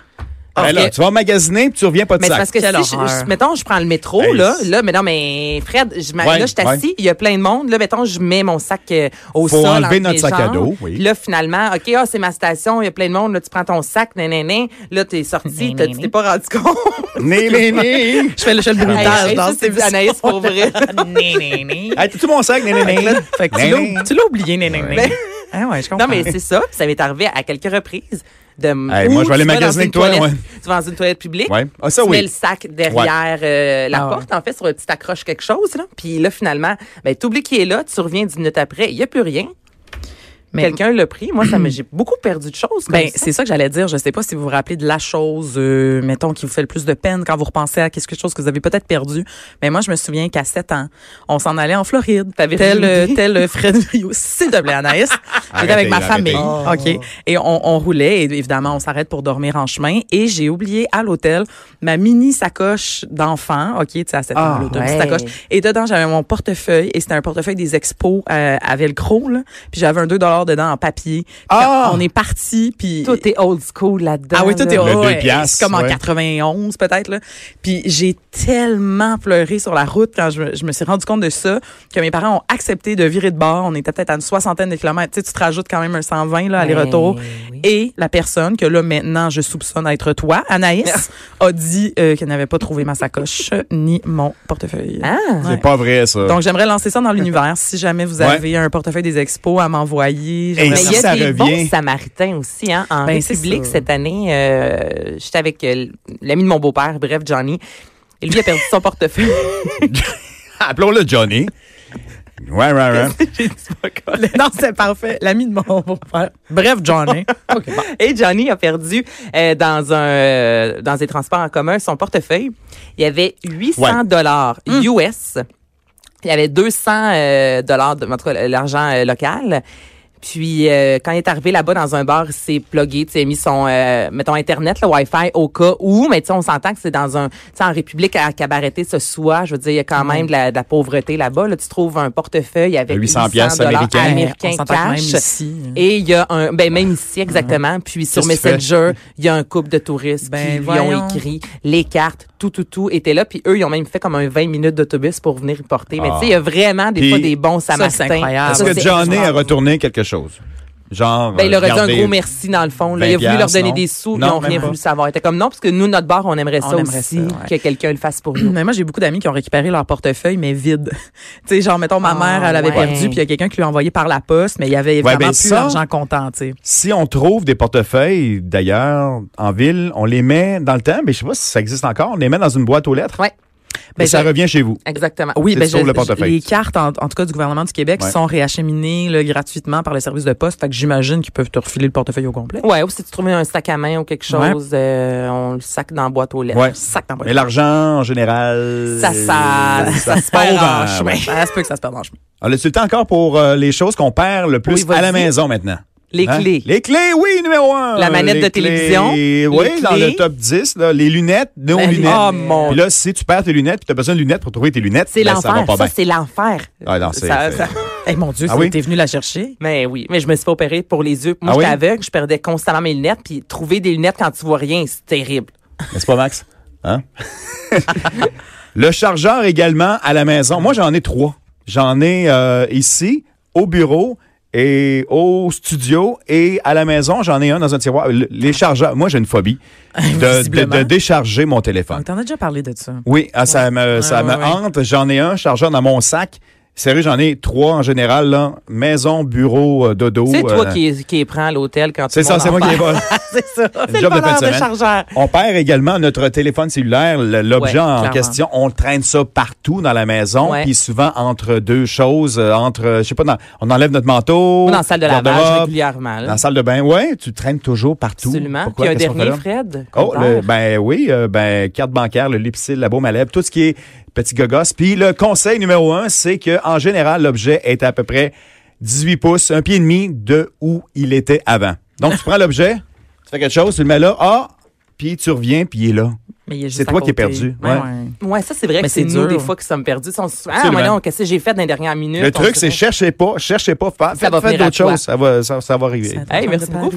[SPEAKER 2] Ben
[SPEAKER 1] Parce
[SPEAKER 2] là,
[SPEAKER 1] que-
[SPEAKER 2] tu vas magasiner, puis tu reviens pas de
[SPEAKER 1] mais c'est
[SPEAKER 2] sac.
[SPEAKER 1] parce que si,
[SPEAKER 3] Quelle
[SPEAKER 1] je-
[SPEAKER 3] horreur.
[SPEAKER 1] je- mettons, je prends le métro,
[SPEAKER 2] Hey,
[SPEAKER 1] là,
[SPEAKER 2] c'est-
[SPEAKER 1] là, mais non, mais Fred, je, m'a-
[SPEAKER 2] Ouais,
[SPEAKER 1] là, je suis assis, il y a plein de monde, là, mettons, je mets mon sac euh, au
[SPEAKER 2] Faut
[SPEAKER 1] sol.
[SPEAKER 2] enlever
[SPEAKER 1] entre
[SPEAKER 2] notre
[SPEAKER 1] mes
[SPEAKER 2] sac à
[SPEAKER 1] jambes.
[SPEAKER 2] dos, oui.
[SPEAKER 1] Puis Là, finalement, OK, ah, c'est ma station, il y a plein de monde, là, tu prends ton sac, nan, nan, nan. là, t'es sorti, t'as- tu t'es pas rendu compte.
[SPEAKER 2] Né, né, né.
[SPEAKER 3] je fais le, je fais le
[SPEAKER 1] Hey,
[SPEAKER 3] bruitage
[SPEAKER 1] hey,
[SPEAKER 3] dans
[SPEAKER 1] ça,
[SPEAKER 3] cette
[SPEAKER 1] c'est du
[SPEAKER 3] émission.
[SPEAKER 1] Anaïs pour vrai.
[SPEAKER 2] Hey, t'as-tu mon sac, né, né, né?
[SPEAKER 3] Fait que tu
[SPEAKER 2] Né,
[SPEAKER 3] l'as-
[SPEAKER 2] né.
[SPEAKER 3] tu l'as oublié, néné.
[SPEAKER 1] Ben-
[SPEAKER 3] Ah ouais, je comprends.
[SPEAKER 1] Non, mais c'est ça. Puis ça m'est arrivé à quelques reprises. De m-
[SPEAKER 2] Hey,
[SPEAKER 1] ou
[SPEAKER 2] moi, je vais aller
[SPEAKER 1] tu vas dans
[SPEAKER 2] magasiner
[SPEAKER 1] une
[SPEAKER 2] avec toi,
[SPEAKER 1] toilette-
[SPEAKER 2] ouais.
[SPEAKER 1] Tu vas dans une toilette publique.
[SPEAKER 2] Ouais. Ah, ça,
[SPEAKER 1] tu
[SPEAKER 2] oui.
[SPEAKER 1] mets le sac derrière euh, la
[SPEAKER 3] Ah,
[SPEAKER 1] porte, en fait, sur un petit accroche quelque chose. Là. Puis là, finalement, ben, t'oublies qui est là, tu reviens dix minutes après, il n'y a plus rien.
[SPEAKER 3] Mais-
[SPEAKER 1] Quelqu'un l'a pris. Moi, ça me- j'ai beaucoup perdu de choses. Comme
[SPEAKER 3] Ben,
[SPEAKER 1] ça.
[SPEAKER 3] c'est ça que j'allais dire. Je sais pas si vous vous rappelez de la chose, euh, mettons, qui vous fait le plus de peine quand vous repensez à quelque chose que vous avez peut-être perdu. Mais moi, je me souviens qu'à 7 ans, on s'en allait en Floride.
[SPEAKER 1] T'avais
[SPEAKER 3] tel,
[SPEAKER 1] rien
[SPEAKER 3] euh,
[SPEAKER 1] dit.
[SPEAKER 3] tel euh, Fred Rio. S'il te plaît, Anaïs. J'étais avec ma
[SPEAKER 2] Arrêtez,
[SPEAKER 3] famille.
[SPEAKER 1] Oh.
[SPEAKER 3] OK. Et on, on roulait. Et évidemment, on s'arrête pour dormir en chemin. Et j'ai oublié à l'hôtel ma mini sacoche d'enfant. OK, tu sais, à 7
[SPEAKER 2] Ah,
[SPEAKER 3] ans, l'autre
[SPEAKER 1] ouais.
[SPEAKER 3] sacoche. Et dedans, j'avais mon portefeuille. Et c'était un portefeuille des expos euh, à Velcro, là. Puis j'avais un 2 dedans en papier. Puis
[SPEAKER 2] Ah!
[SPEAKER 3] On est parti. Puis
[SPEAKER 1] Toi, t'es old school là-dedans.
[SPEAKER 3] ah oui, tout
[SPEAKER 1] là.
[SPEAKER 3] est
[SPEAKER 2] Le
[SPEAKER 3] ouais,
[SPEAKER 2] deux
[SPEAKER 3] ouais,
[SPEAKER 2] piastres,
[SPEAKER 3] C'est comme en
[SPEAKER 2] ouais.
[SPEAKER 3] 91 peut-être là. Puis j'ai tellement pleuré sur la route quand je, me- je me suis rendu compte de ça que mes parents ont accepté de virer de bord. On était peut-être à une soixantaine de kilomètres. Tu sais, tu te rajoutes quand même un 120 là aller-retour.
[SPEAKER 1] Ben oui.
[SPEAKER 3] Et la personne que là maintenant je soupçonne être toi, Anaïs,
[SPEAKER 1] Ah.
[SPEAKER 3] a dit euh, qu'elle n'avait pas trouvé ma sacoche ni mon portefeuille.
[SPEAKER 1] Ah!
[SPEAKER 3] Ouais.
[SPEAKER 2] C'est pas vrai, ça.
[SPEAKER 3] Donc j'aimerais lancer ça dans l'univers. Si jamais vous
[SPEAKER 2] Ouais.
[SPEAKER 3] avez un portefeuille des expos à m'envoyer, j'aimerais
[SPEAKER 1] Mais
[SPEAKER 2] si
[SPEAKER 1] il y
[SPEAKER 3] ça.
[SPEAKER 1] a
[SPEAKER 2] ça
[SPEAKER 1] des
[SPEAKER 2] revient-
[SPEAKER 1] bons Samaritains aussi, hein, en
[SPEAKER 3] Ben,
[SPEAKER 1] République
[SPEAKER 3] c'est ça.
[SPEAKER 1] cette année. euh, J'étais avec euh, l'ami de mon beau-père, bref, Johnny. Et lui a perdu son portefeuille.
[SPEAKER 2] Appelons-le Johnny. Ouais, ouais, ouais.
[SPEAKER 3] non, c'est parfait. L'ami de mon beau-père. Bref, Johnny.
[SPEAKER 1] Et Johnny a perdu euh, dans un euh, dans des transports en commun son portefeuille. Il y avait 800
[SPEAKER 2] Ouais. Hmm.
[SPEAKER 1] dollars US. Il y avait 200 euh, dollars de en tout cas, l'argent euh, local. Puis euh, quand il est arrivé là-bas dans un bar, il s'est plugué, tu sais, il a mis son euh, mettons internet, le Wi-Fi au cas où, mais tu sais on s'entend que c'est dans un tu sais en République à Cabareté ce soir, je veux dire il y a quand
[SPEAKER 2] Hmm.
[SPEAKER 1] même de la, de la pauvreté là-bas, là tu trouves un portefeuille avec
[SPEAKER 2] 800
[SPEAKER 1] 800
[SPEAKER 2] Ben, piastres
[SPEAKER 1] dollars
[SPEAKER 2] américains.
[SPEAKER 1] américains
[SPEAKER 3] On s'entend
[SPEAKER 1] cash.
[SPEAKER 3] que même ici, euh,
[SPEAKER 1] Et il y a un, ben même ici exactement, puis sur
[SPEAKER 2] Mhm. Qu'est-ce que tu
[SPEAKER 1] Messenger, il y a un couple de touristes
[SPEAKER 3] Ben,
[SPEAKER 1] qui lui
[SPEAKER 3] voyons.
[SPEAKER 1] ont écrit les cartes, tout, tout, tout était là, puis eux, ils ont même fait comme un 20 minutes d'autobus pour venir y porter. Mais
[SPEAKER 2] Ah.
[SPEAKER 1] tu sais, il y a vraiment des
[SPEAKER 2] Puis-
[SPEAKER 1] fois des bons Samaritains.
[SPEAKER 3] incroyable.
[SPEAKER 1] Ça,
[SPEAKER 2] Est-ce que
[SPEAKER 1] c'est
[SPEAKER 2] Johnny a
[SPEAKER 1] incroyable.
[SPEAKER 2] retourné quelque chose? Genre.
[SPEAKER 1] Ben, il
[SPEAKER 2] euh,
[SPEAKER 1] leur a dit un
[SPEAKER 2] regardez-
[SPEAKER 1] gros merci dans le fond. là.
[SPEAKER 2] 20
[SPEAKER 1] Il a voulu leur donner
[SPEAKER 2] non?
[SPEAKER 1] des sous,
[SPEAKER 2] Non,
[SPEAKER 1] ils ont rien
[SPEAKER 2] même pas.
[SPEAKER 1] voulu savoir. Il était comme non, parce que nous, notre bar, on aimerait ça
[SPEAKER 3] On aimerait
[SPEAKER 1] aussi,
[SPEAKER 3] ça, ouais.
[SPEAKER 1] que quelqu'un le fasse pour nous.
[SPEAKER 3] Mais moi, j'ai beaucoup d'amis qui ont récupéré leur portefeuille, mais vide. tu sais, genre, mettons, ma
[SPEAKER 1] Ah,
[SPEAKER 3] mère, elle avait
[SPEAKER 1] ouais.
[SPEAKER 3] perdu, puis il y a quelqu'un qui lui a envoyé par la poste, mais il y avait vraiment
[SPEAKER 2] ben,
[SPEAKER 3] plus
[SPEAKER 2] ça-
[SPEAKER 3] d'argent comptant, tu sais.
[SPEAKER 2] Si on trouve des portefeuilles, d'ailleurs, en ville, on les met dans le temps, mais je sais pas si ça existe encore, on les met dans une boîte aux lettres.
[SPEAKER 1] Ouais.
[SPEAKER 2] Mais
[SPEAKER 3] Ben,
[SPEAKER 2] ça
[SPEAKER 3] je-
[SPEAKER 2] revient chez vous.
[SPEAKER 1] Exactement.
[SPEAKER 3] Oui,
[SPEAKER 2] C'est
[SPEAKER 3] ben,
[SPEAKER 2] sur
[SPEAKER 3] je-
[SPEAKER 2] le portefeuille.
[SPEAKER 3] les cartes, en, en tout cas, du gouvernement du Québec,
[SPEAKER 2] Ouais.
[SPEAKER 3] sont réacheminées là, gratuitement par le service de poste. Fait que j'imagine qu'ils peuvent te refiler le portefeuille au complet.
[SPEAKER 2] ben-
[SPEAKER 1] Ouais, ou si tu trouves un sac à main ou quelque
[SPEAKER 3] Ouais.
[SPEAKER 1] chose, euh, on le sac dans la boîte aux lettres.
[SPEAKER 2] Ouais.
[SPEAKER 3] Sac dans
[SPEAKER 2] Mais l'argent, en général.
[SPEAKER 1] Ça sale, ça se perd ah,
[SPEAKER 2] tombe
[SPEAKER 1] en
[SPEAKER 2] en-
[SPEAKER 1] chemin.
[SPEAKER 2] ouais.
[SPEAKER 3] Ça se peut que ça se perde en chemin.
[SPEAKER 2] On a-tu le temps encore pour euh, les choses qu'on perd le plus
[SPEAKER 1] Oui, vas-y.
[SPEAKER 2] à la maison maintenant?
[SPEAKER 1] Les
[SPEAKER 2] Hein?
[SPEAKER 1] clés.
[SPEAKER 2] Les clés, oui, numéro un.
[SPEAKER 1] La manette
[SPEAKER 2] Les
[SPEAKER 1] de
[SPEAKER 2] clés,
[SPEAKER 1] télévision.
[SPEAKER 2] Oui,
[SPEAKER 1] Les
[SPEAKER 2] dans
[SPEAKER 1] clés.
[SPEAKER 2] le top 10. là. les lunettes, nos
[SPEAKER 1] Ben, les-
[SPEAKER 2] lunettes.
[SPEAKER 1] Oh, mon
[SPEAKER 2] Puis là, si tu perds tes lunettes, puis tu as besoin de lunettes pour trouver tes lunettes,
[SPEAKER 1] C'est
[SPEAKER 2] ben, ça va
[SPEAKER 1] l'enfer.
[SPEAKER 2] pas
[SPEAKER 1] Ça,
[SPEAKER 2] bien.
[SPEAKER 1] c'est l'enfer.
[SPEAKER 2] Ah, non, c'est-
[SPEAKER 1] Ça-
[SPEAKER 2] c'est-
[SPEAKER 1] ça-
[SPEAKER 3] Eh mon Dieu,
[SPEAKER 2] Ah
[SPEAKER 3] c'est-
[SPEAKER 2] oui?
[SPEAKER 3] t'es venu la chercher?
[SPEAKER 1] Mais oui, mais je me suis fait opérer pour les yeux. Moi,
[SPEAKER 2] Ah oui?
[SPEAKER 1] j'étais aveugle, je perdais constamment mes lunettes, puis trouver des lunettes quand tu vois rien, c'est terrible.
[SPEAKER 2] N'est-ce pas, Max? Hein? Le chargeur également à la maison. Moi, j'en ai trois. J'en ai euh, ici, au bureau et au studio et à la maison. J'en ai un dans un tiroir. Le- les chargeurs. Moi, j'ai une phobie de- de,
[SPEAKER 3] Visiblement.
[SPEAKER 2] de décharger mon téléphone.
[SPEAKER 3] Donc, T'en as déjà parlé de ça.
[SPEAKER 2] Oui, ah, ça me,
[SPEAKER 3] Ouais,
[SPEAKER 2] ça
[SPEAKER 3] ouais,
[SPEAKER 2] me
[SPEAKER 3] ouais.
[SPEAKER 2] hante. J'en ai un chargeur dans mon sac. Sérieux, j'en ai trois en général. Là. Maison, bureau, euh, dodo.
[SPEAKER 1] C'est toi
[SPEAKER 2] euh,
[SPEAKER 1] qui, qui prends l'hôtel quand tu
[SPEAKER 2] C'est ça, c'est moi qui les vole.
[SPEAKER 1] C'est ça. C'est le
[SPEAKER 2] Job de
[SPEAKER 1] bonheur
[SPEAKER 2] fin de
[SPEAKER 1] de
[SPEAKER 2] semaine.
[SPEAKER 1] chargeur.
[SPEAKER 2] On perd également notre téléphone cellulaire, le-
[SPEAKER 1] Ouais,
[SPEAKER 2] l'objet en
[SPEAKER 1] clairement.
[SPEAKER 2] question. On traîne ça partout dans la maison,
[SPEAKER 1] Ouais.
[SPEAKER 2] puis souvent entre deux choses, euh, entre, euh, je sais pas, dans- on enlève notre manteau.
[SPEAKER 1] Ou dans la salle de lavage
[SPEAKER 2] garde-robe,
[SPEAKER 1] régulièrement.
[SPEAKER 2] Dans la
[SPEAKER 1] Là.
[SPEAKER 2] salle de bain, ouais, tu traînes toujours partout.
[SPEAKER 1] Absolument. Puis
[SPEAKER 2] Pourquoi?
[SPEAKER 1] un
[SPEAKER 2] Qu'est-ce qu'on fait
[SPEAKER 1] dernier,
[SPEAKER 2] là?
[SPEAKER 1] Fred.
[SPEAKER 2] Oh,
[SPEAKER 1] qu'on
[SPEAKER 2] le-
[SPEAKER 1] perd.
[SPEAKER 2] ben oui, euh, ben carte bancaire, le lipsil, la baume à lèvres, tout ce qui est petit gogos. Puis le conseil numéro un, c'est que en général, l'objet est à peu près 18 pouces, un pied et demi de où il était avant. Donc tu prends l'objet, tu fais quelque chose, tu le mets là, ah, puis tu reviens, puis il est là.
[SPEAKER 3] Mais il est juste
[SPEAKER 2] C'est
[SPEAKER 3] à
[SPEAKER 2] toi qui es
[SPEAKER 3] côté.
[SPEAKER 2] perdu,
[SPEAKER 3] Ouais,
[SPEAKER 2] ouais.
[SPEAKER 3] ouais.
[SPEAKER 1] Ouais, ça, c'est vrai
[SPEAKER 3] Mais
[SPEAKER 1] que c'est
[SPEAKER 3] c'est
[SPEAKER 1] nous,
[SPEAKER 3] dur.
[SPEAKER 1] des fois, qui sommes perdus. On se dit, ah,
[SPEAKER 2] Absolument.
[SPEAKER 1] mais non, qu'est-ce que j'ai fait dans les dernières minutes?
[SPEAKER 2] Le
[SPEAKER 1] On
[SPEAKER 2] truc,
[SPEAKER 1] se
[SPEAKER 2] c'est
[SPEAKER 1] dit,
[SPEAKER 2] cherchez pas, cherchez pas, fa-
[SPEAKER 1] Ça va
[SPEAKER 2] faites, faites
[SPEAKER 1] venir à
[SPEAKER 2] d'autres
[SPEAKER 1] toi.
[SPEAKER 2] choses, ça va, ça, ça va arriver.
[SPEAKER 1] Hey, merci beaucoup,